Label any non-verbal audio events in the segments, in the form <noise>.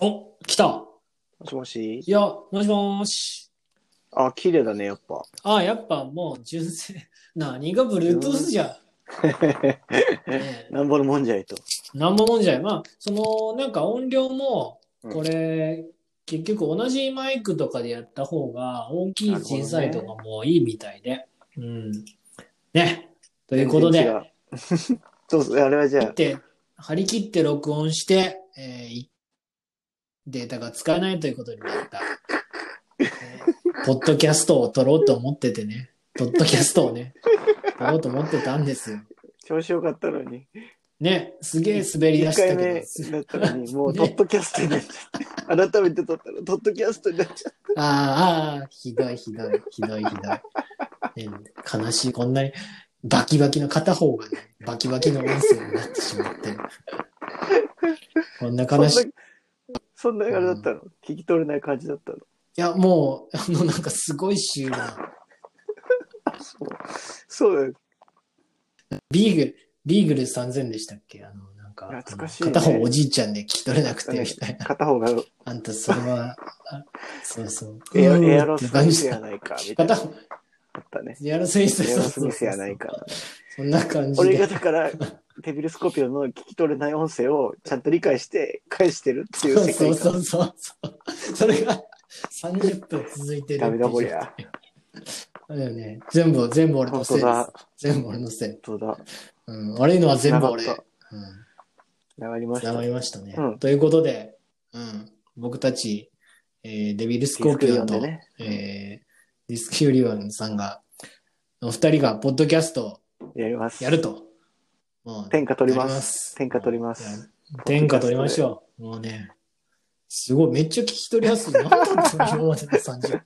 お、来た。もしもしいや、もしもーし。あ、綺麗だね、やっ <laughs> ぱ。あ、やっぱもう純正。 <laughs> 何が Bluetooth じゃ。ねなんぼのもんじゃいと。なんももんじゃい。まあ、その、なんか音量も、うんこれ、結局同じマイクとかでやった方が、大きい、なるほどね小さいとかもいいみたいで。うん。ね。ということ全で、然違う。そう <laughs> そう、あれはじゃ切って、張り切って録音して、えーいデータが使えないということになった。えーポッドキャストを撮ろうと思っててね。ポッドキャストをね、撮ろうと思ってたんですよ。あ、調子よかったのに。ね、すげえ滑り出1した回けど。目だったのに、もう、ねトッドキャストになっちゃった。改めて撮ったら、トッドキャストになっちゃっあーあー、ひどいひどい、ひどいひどい。ね悲しい、こんなにバキバキの片方がね、バキバキの音声になってしまって。こんなた。そん悲なしい。、そんなあれだったの。聞き取れない感じだったの。 <laughs> いや、もう、あの、なんかすごい集団。そうそうだよ。ビーグル、ビーグル3000でしたっけあの、なんか、懐かしいあねの片方おじいちゃんで聞き取れなくて、みたいな。片方があんた、それは、あそうそう。エアうーエアロってス感ミじスだやないか、みたい片な。方、あったね。エアロスミスエアロスミスやないか。そんな感じ俺がで。だから、デビルスコピオの聞き取れない音声をちゃんと理解して返してるっていう世界そう観。そうそうそう。それが30分続いてるっていう。ダメだこりゃ。だよね。全部、全部俺のせいで本当だす。全部俺のせい。そうだ。うん。悪いのは全部俺。繋がっうん繋がりましつなたが。りましたね。うんということで、うん、僕たち、えーデビルスコーピオンディスクユリオンと、でねえーディスクユリオンさんが、お二人がポッドキャストやります。をやると。もう天下取りま。やりますす天下取ります。うん天下取りましょう。もうね、すごい、めっちゃ聞き取りや <laughs> すい。なんだったの今までの30分。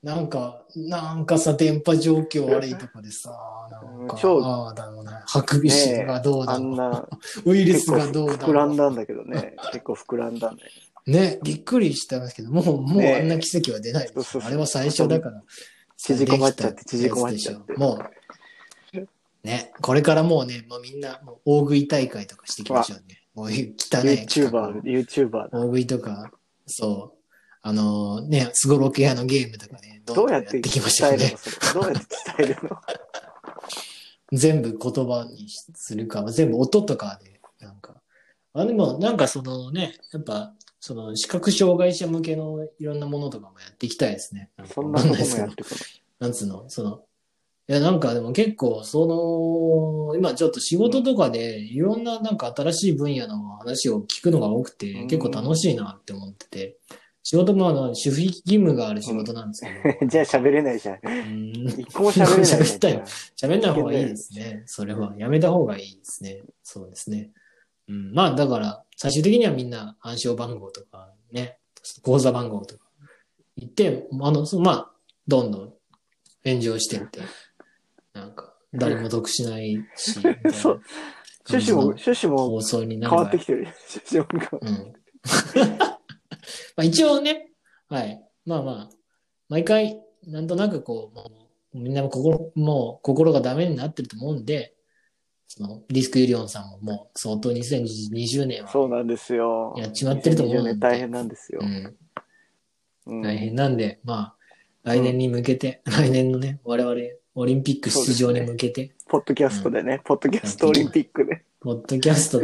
なんか、なんかさ、電波状況悪いとかでさ、なんか、超ああだろうな、ハクビシンがどうあだろう、んな、ウイル結ス構がどうだろう膨らんだんだけどね。結構膨らんだね。ね、びっくりしたんですけど、もう、もうねえあんな奇跡は出ないですそうそうそうあれは最初だから。縮こまっちゃってできたやつ縮こまっちゃってでしょもう、ね、これからもうね、もうみんな、もう大食い大会とかしていきましょうね。もう汚い企画。 YouTuber、YouTuber だ。大食いとか、そう。あのね、すごろく屋のゲームとかね、どどうんどやんっていきましょう伝えるねの。それどうやって伝える <laughs> の全部言葉にするか、全部音とかで、なんか。あ、でも、なんかそのね、やっぱ、その視覚障害者向けのいろんなものとかもやっていきたいですね。そんなこともわかですけやどってくる。なんつうの、その、いや、なんかでも結構、その、今ちょっと仕事とかで、いろんななんか新しい分野の話を聞くのが多くてうん、結構楽しいなって思ってて、仕事もあの、主婦義務がある仕事なんです <laughs> けど、じゃあ喋れないじゃん。うん一個も喋れないじゃん。喋ったよ喋んない方がいいですね。それは。やめた方がいいですね。そうですね。うん。まあ、だから、最終的にはみんな暗証番号とか、ね、口座番号とか言って、あの、そまあ、どんどん炎上してって、なんか、誰も得しないし、みたいな <laughs> そう趣旨も、趣旨も放送にな変ればわってきてる。趣旨も変わうん。 <laughs> まあ一応ね、はい。まあまあ、毎回、なんとなくこう、もうみんなも心、もう心がダメになってると思うんで、そのディスクユリオンさんももう相当2020年はそうなんですよ。やっちまってると思う2020ので年大変なんですよう。ん、うん大変なんで、まあ、来年に向けて、来年のね、我々オリンピック出場に向けて、ポッドキャストでね、ポッドキャストオリンピックで。ポッドキャスト、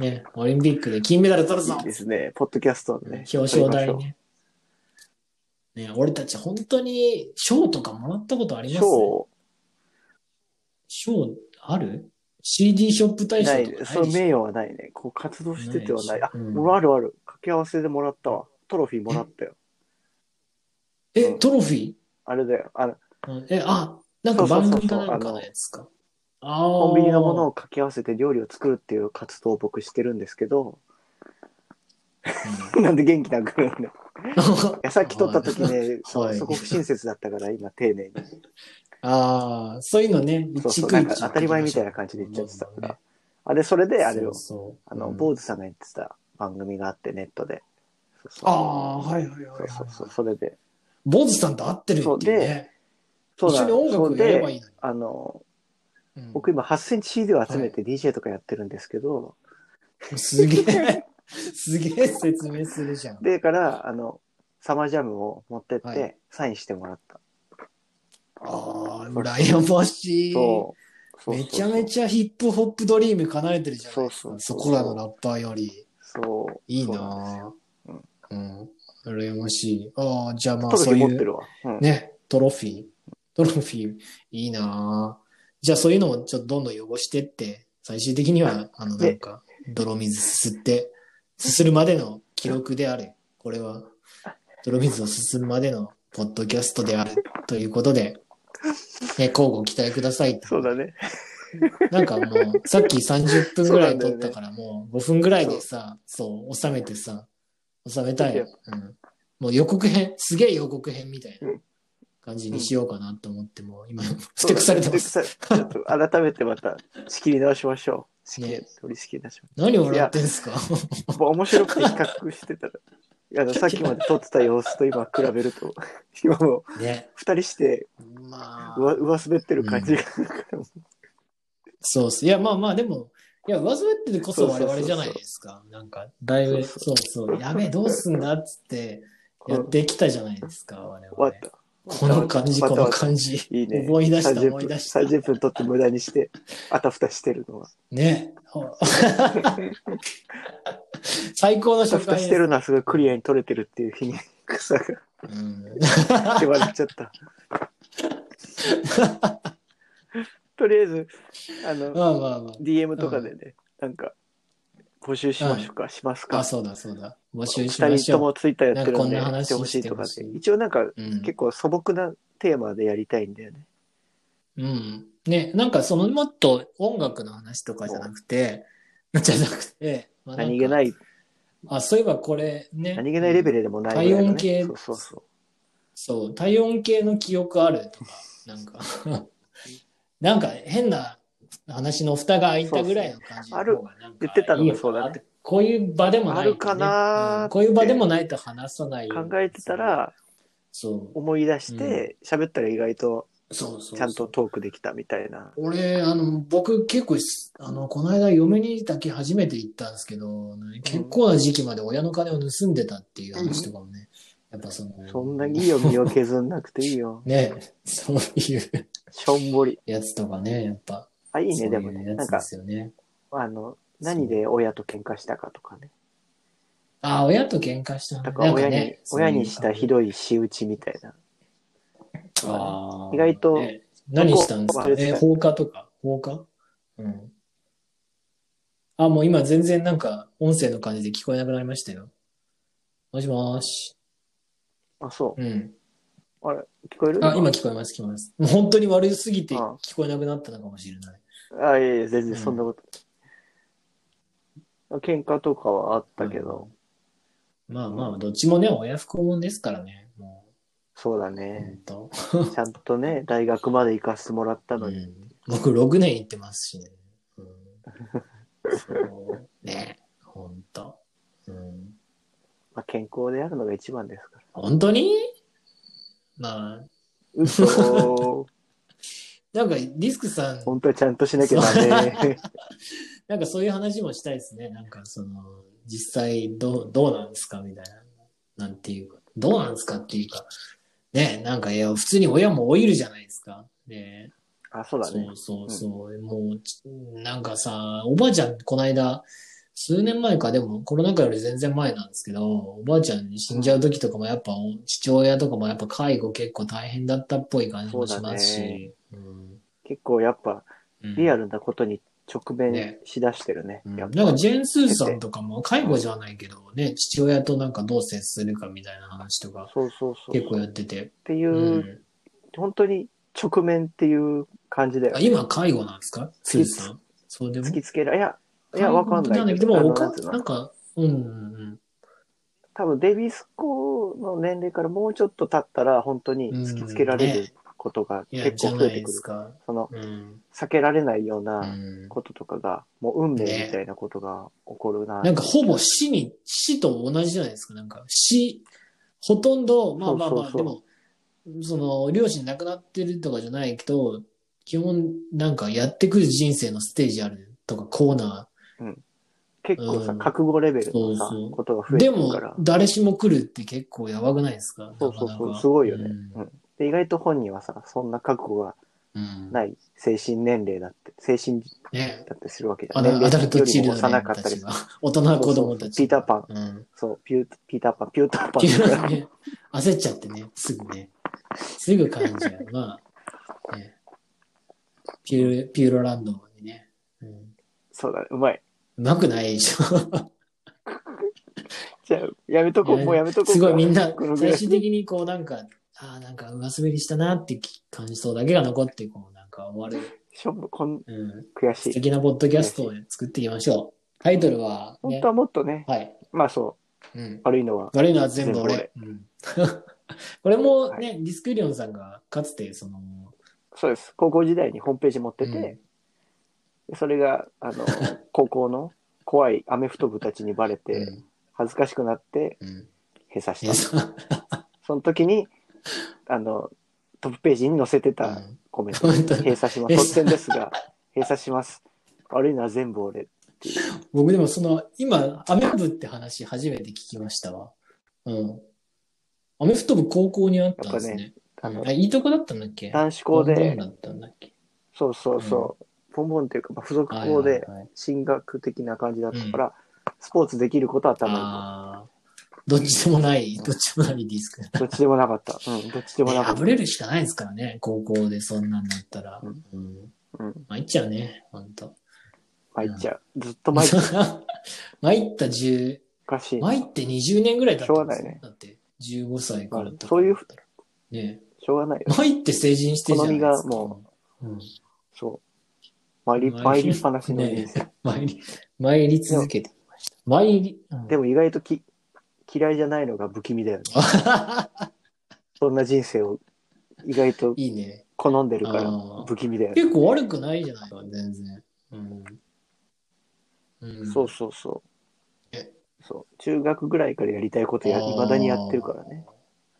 ね、オリンピックで金メダル取るぞいいですね、ポッドキャストでね。表彰撮台りましね。ね俺たち本当に賞とかもらったことありますょう。賞賞ある ?CD ショップ大賞なとかないい、でしそょの名誉はないね。こう活動しててはない。あ、うん俺あるある。掛け合わせでもらったわ。トロフィーもらったよ。え、トロフィあれだよ。あの、ーうんえ、あ、なんか番組かなんかのやつか。ああ。コンビニのものを掛け合わせて料理を作るっていう活動を僕してるんですけど、 <laughs> なんで元気なくなるんだよ。うんいやさっき撮った時ね、はいすごく親切だったから、今丁寧に。 <laughs> ああ、そういうのね、そう一そう、区なん一か当たり前みたいな感じで言っちゃってたから。あれ、それで、あれを、あの、ー坊主さんが言ってた番組があって、ネットで。そうそうああ、はいはいはいはいそうそうそう、それで。坊主さんと会ってるっていうね。そう一緒に音楽やればいいでのに。あの、うん僕今8000 CD を集めて DJ とかやってるんですけど、 <laughs> すげえ。すげえ説明するじゃん。で、から、あの、サマージャムを持ってって、はいサインしてもらった。ああ、羨ましい。そう。そうめちゃめちゃヒップホップドリーム叶えてるじゃないですそうそか。うそそうこらのラッパーより。そう。いいそうなんですよなぁ。うん。羨ましい。ああ、じゃあまあトロフそィうーい持ってう、るわ。うんね、トロフィー。トロフィー、いいなぁ。じゃあそういうのをちょっとどんどん汚してって、最終的には、あの、でなんか、泥水すすって、すするまでの記録である。これは、泥水をすするまでのポッドキャストである。ということで、ね、交互期待ください。そうだね。なんかもう、さっき30分ぐらい撮ったから、もう5分ぐらいでさ、そう、収めてさ、収めたい。うん。もう予告編、すげえ予告編みたいな感じにしようかなと思って、もう今、ふてくされてます。そうだねふてくされちょっと改めてまた仕切り直しましょう。仕切り、ね取り仕切り直しまし何笑ってんすかょう。もう面白くて比較してたら。 <laughs> いやさっきまで撮ってた様子と今比べると、 <laughs> 今もう <laughs> ね。二人してま上あ、上滑ってる感じが、そうっす。いや、まあまあ、でも、いや、上滑っててこそそうそ我うそうそう々じゃないですか。なんか、だいぶ、そうそう、やべえ、どうすんだっつって、やってきたじゃないですか、我々。終わった。この感じ、まこたの感じ。いいね。思い出した、 30分思い出した。 30分撮って無駄にして、あたふたしてるのは。ね。 <laughs> 最高のあた初ふた回してるのはすごいクリアに <laughs> 撮れてるっていう皮肉さがうん、縛られち <laughs> ゃった。とりあえず、あの、まあまあま DM とかでね、なんか、募集しましょうか、しますあ。あ、か。そうだそうだ。募集二しま人しとょう。もツイッターやってるんで、なんかこんな話してほしいとかしてでほし。い一応なんか、うん結構素朴なテーマでやりたいんだよね。うん。ね、なんかそのもっと音楽の話とかじゃなくて、じゃなくて、まあんか何気ない、あ、そういえばこれね。何気ないレベルでもないぐらいのね体温計そうそうそう。そう、体温計の記憶あるとか、なんか、 <laughs> なんか変な話の蓋が開いたぐらいの感じの方がなんか言ってたのいいもよそうだね。こういう場でもないとね、あるかなーうんってこういう場でもないと話さない。考えてた、らそ思い出して喋ったら意外とう、そうそう。ちゃんと。トークできたみたいな。俺、あの、僕結構し、あの、この間嫁にだけ初めて行ったんですけど、結構な時期まで親の金を盗んでたっていう話とかもね、やっぱその、そんなにいいよ、身を削んなくてい <laughs> いよ。ね、そういうしょんぼり。やつとかね、やっぱ。あ、いいそね、うでもいね。うやなんつでか、すよね。あの、何で親と喧嘩したかとかね。ああ、親と喧嘩した。だからなん親かに、ね親にしたひい。どい仕打ちみたいな。あー意外とね何したんですこかこえ、放火とか放火うん。あ、もう今全然なんか音声の感じで聞こえなくなりましたよ。もしもーし。あ、そうん。う。あれ、聞こえるあ、今聞こえます、聞こえます。もう本当に悪すぎてあ聞こえなくなったのかもしれない。あ、いえいえ、全然そんなこと。喧嘩とかはあったけど、まあまあ、どっちもね、親不幸もんですからね。もそうだう、本ね。当。ちゃんとね、大学まで行かせてもらったのに。うん僕6年行ってますしね。うん、そうね、ほんと。うん、まあ、健康であるのが一番ですから。本当にまあ、嘘ー。なんかディスクさん、本当はちゃんとしなきゃダメ。なんかそういう話もしたいですね。なんかその、実際どう、どうなんですかみたいな。なんていうか、どうなんですかっていうか。ね、なんかいや、普通に親も老いるじゃないですか。ね、あ、そうだね。そうそうそう。もうち、なんかさ、おばあちゃん、この間、数年前か、でもコロナ禍より全然前なんですけど、おばあちゃんに死んじゃう時とかもやっぱ、父親とかもやっぱ介護結構大変だったっぽい感じもしますしそうだね。うん結構やっぱうんリアルなことに直面ねしだしてるね。うんなやっんぱかジェーン・スーさんとかも介護じゃないけどね、父親となんかどう接するかみたいな話とかそうそうそう。結構やっってて。ていう、うん本当に直面っていう感じだよあね。今介護なんですかスーさん。そうでも突きつけらいや、いや、わかんないけど。でも、あおのかなんていうのなんか、うんうん多分デビスコの年齢からもうちょっと経ったら、本当に突きつけられうんることがうん。いや、結じゃ構な増えいてでくする。か。その、うん。避けられないよううなんこととかが、もう運命みたいなことが起こるな。なんか、ほぼ死に、死と同じじゃないですか。なんか、死、ほとんど、まあまあまあ、そうそうそでも、その、両親亡くなってるとかじゃないけど、基本、なんか、やってくる人生のステージあるとか、コーナー、結構さ、うん覚悟レベルのさそうそうことが増えてでるもから、誰しも来るって結構やばくないですかそうそうそうなかなかすごいよねうんで意外と本人はさそんな覚悟がうんない精神年齢だって精神ねだってするわけじゃアんダアダル齢トよチりルもドレ幼ンかたったりちするが、大人子供たちが。ピーターパン。うん。そうピューピーターパンピューターパピュンーターね、焦っちゃってね、すぐね。すぐ感じる。まあ、ね、ピューピューロランドにね。うん <laughs> そうだねうまいうまくないでしょ。じゃあやめとこうもうやめとこうすごいみんなこの、ぐらい最終的にこうなんか、ああ、なんか上滑りしたなってき感じそうだけが残って、こうなんか終わる。しょこんうん。悔し素い敵なポッドキャストを作っていきましょう。タイトルは、本ね当、はもっとねはい。まあそううん。悪いのは悪いのは全部俺。うん、 <laughs> これもね、はディスクリオンさんがかつて、その、そうです高校時代にホームページ持ってうんて、それがあ <laughs> の高校の怖いアメフト部たちにバレて、うん恥ずかしくなってうん。閉鎖しえたそうその時にあのトップページに載せてうたんコメント、コメント閉鎖しま閉鎖す突然ですが閉鎖します悪いのは全部俺っていう僕でもその、今、アメフト部って話初めて聞きましたわ。うん。アメフト部高校にあったんですね。あの、あいいとこだったんだっけ男子校でどんなんだったんだっけそうそうそう、ボンボンっていうか、まあ、付属校はいではいはい進学的な感じだったから、スポーツできることは頭あーどっちでもない、どっちでもないディスク。にどっちでもなかった、うん、どっちでもなかあっぶれるしかないですからね、高校でそんなんだったら。うんうん。た、うん、参っちゃうね、ほんと。参っちゃうずっと参っちゃう <laughs> 参った10、おかしい参って20年ぐらいだったんですしょうがないねだって、15歳からだったからそういうふねしょうがないよ入って成人してじゃないですか。好みがもうん。そう参り参りっぱなしの人生、参り、参り続けてきました。参り、うんでも意外とき嫌いじゃないのが不気味だよねそんな人生を意外と <laughs> いいね。好んでるかあらー不気味だよね。結構悪くないじゃないか、全然。うん。うん、そうそうそえう。そう中学ぐらいからやりたいことやあーいまだにやってるからね。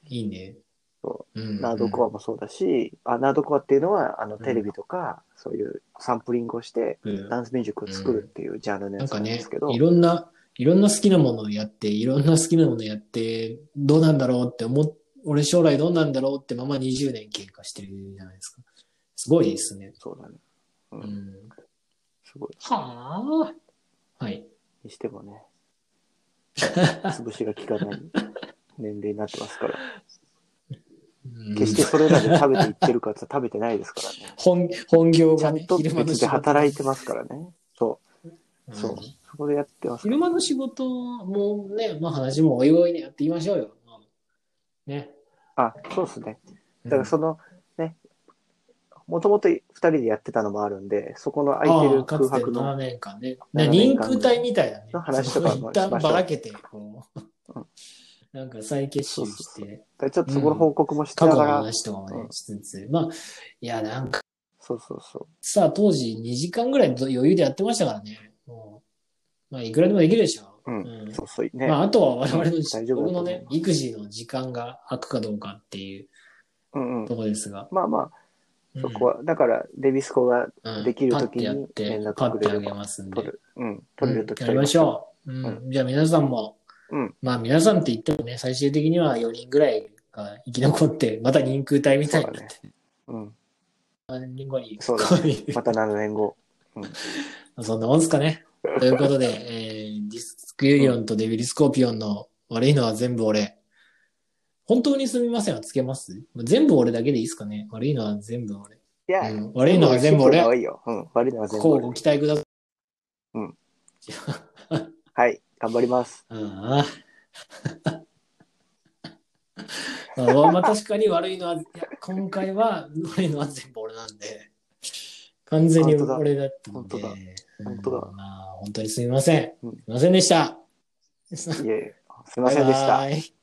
いいね。そうん。ナードコアもそうだし、あナードコアっていうのはあのテレビとか、そういうサンプリングをしてうんダンスミュージックを作るっていうジャンルのなやんつなかんでねすけど、、いろんな、いろんな好きなものをやって、いろんな好きなものやって、どうなんだろうって思っ、俺将来どうなんだろうってまま20年経過してるじゃないですか。すごいですね。そうだね。う、うんん。すごい。はあ。はい。にしても <laughs> ね、潰しが効かない年齢になってますから、うん決してそれらで食べていってるかって言ったら食べてないですからね。本本業ちがゃねんと昼間の別仕事で働いてますからね。そう。うんそう。そこでやってます。昼間の仕事もね、まあ話もおいおいね、やっていきましょうよ。まあね。あ、そうですね。だからその、ね、もともと2人でやってたのもあるんで、そこの空いてああるか空つて白の、 7年間ね。 7人年間空隊みたいなね。の話とかもその一旦しましょばうらけて、こううん。なんか再結集しそうて、ちょっとそこの報告もし過な去のがら、話とかもねう、んしつつ。まあ、いや、なんかそうそうそさ、当時2時間ぐらい余裕でやってましたからね。もう、まあ、いくらでもできるでしょ。う、うん、うんそうそう、ね、まあ、あとは我々のじ、大丈夫だと思僕うのね、育児の時間が空くかどうかっていううんうんと、ころですが。まあまうんあ、そこは、だから、デビスコがうんできるパッ時にてや連って、絡パッくれればてあげますんで。取る、うん、取れるときうんやりましょう。うんじゃあ皆さんも、うんまあ皆さんって言ってもね、最終的には4人ぐらいが生き残って、また人空隊みたいになって、う。うん、何人後に、そうだこういうまた7年後。そんなもんですかね。ということで、えーディスクユリオンとデビルスコーピオンの悪いのは全部俺。本当にすみませんはつけます全部俺だけでいいですかね悪いのは全部俺。いや、うん悪いのは全部俺シンプルな方が。いいようん、悪いのは全部こうご俺。期待ください。うんはい、頑張ります。ああ。 <laughs> まあ、まあ確かに悪いのは、いや今回は悪いのは全部俺なんで、完全に俺だったので、本当だ本当だうんまあ、本当にすみません。うんすみませんでした。すいえ、すいませんでした。た。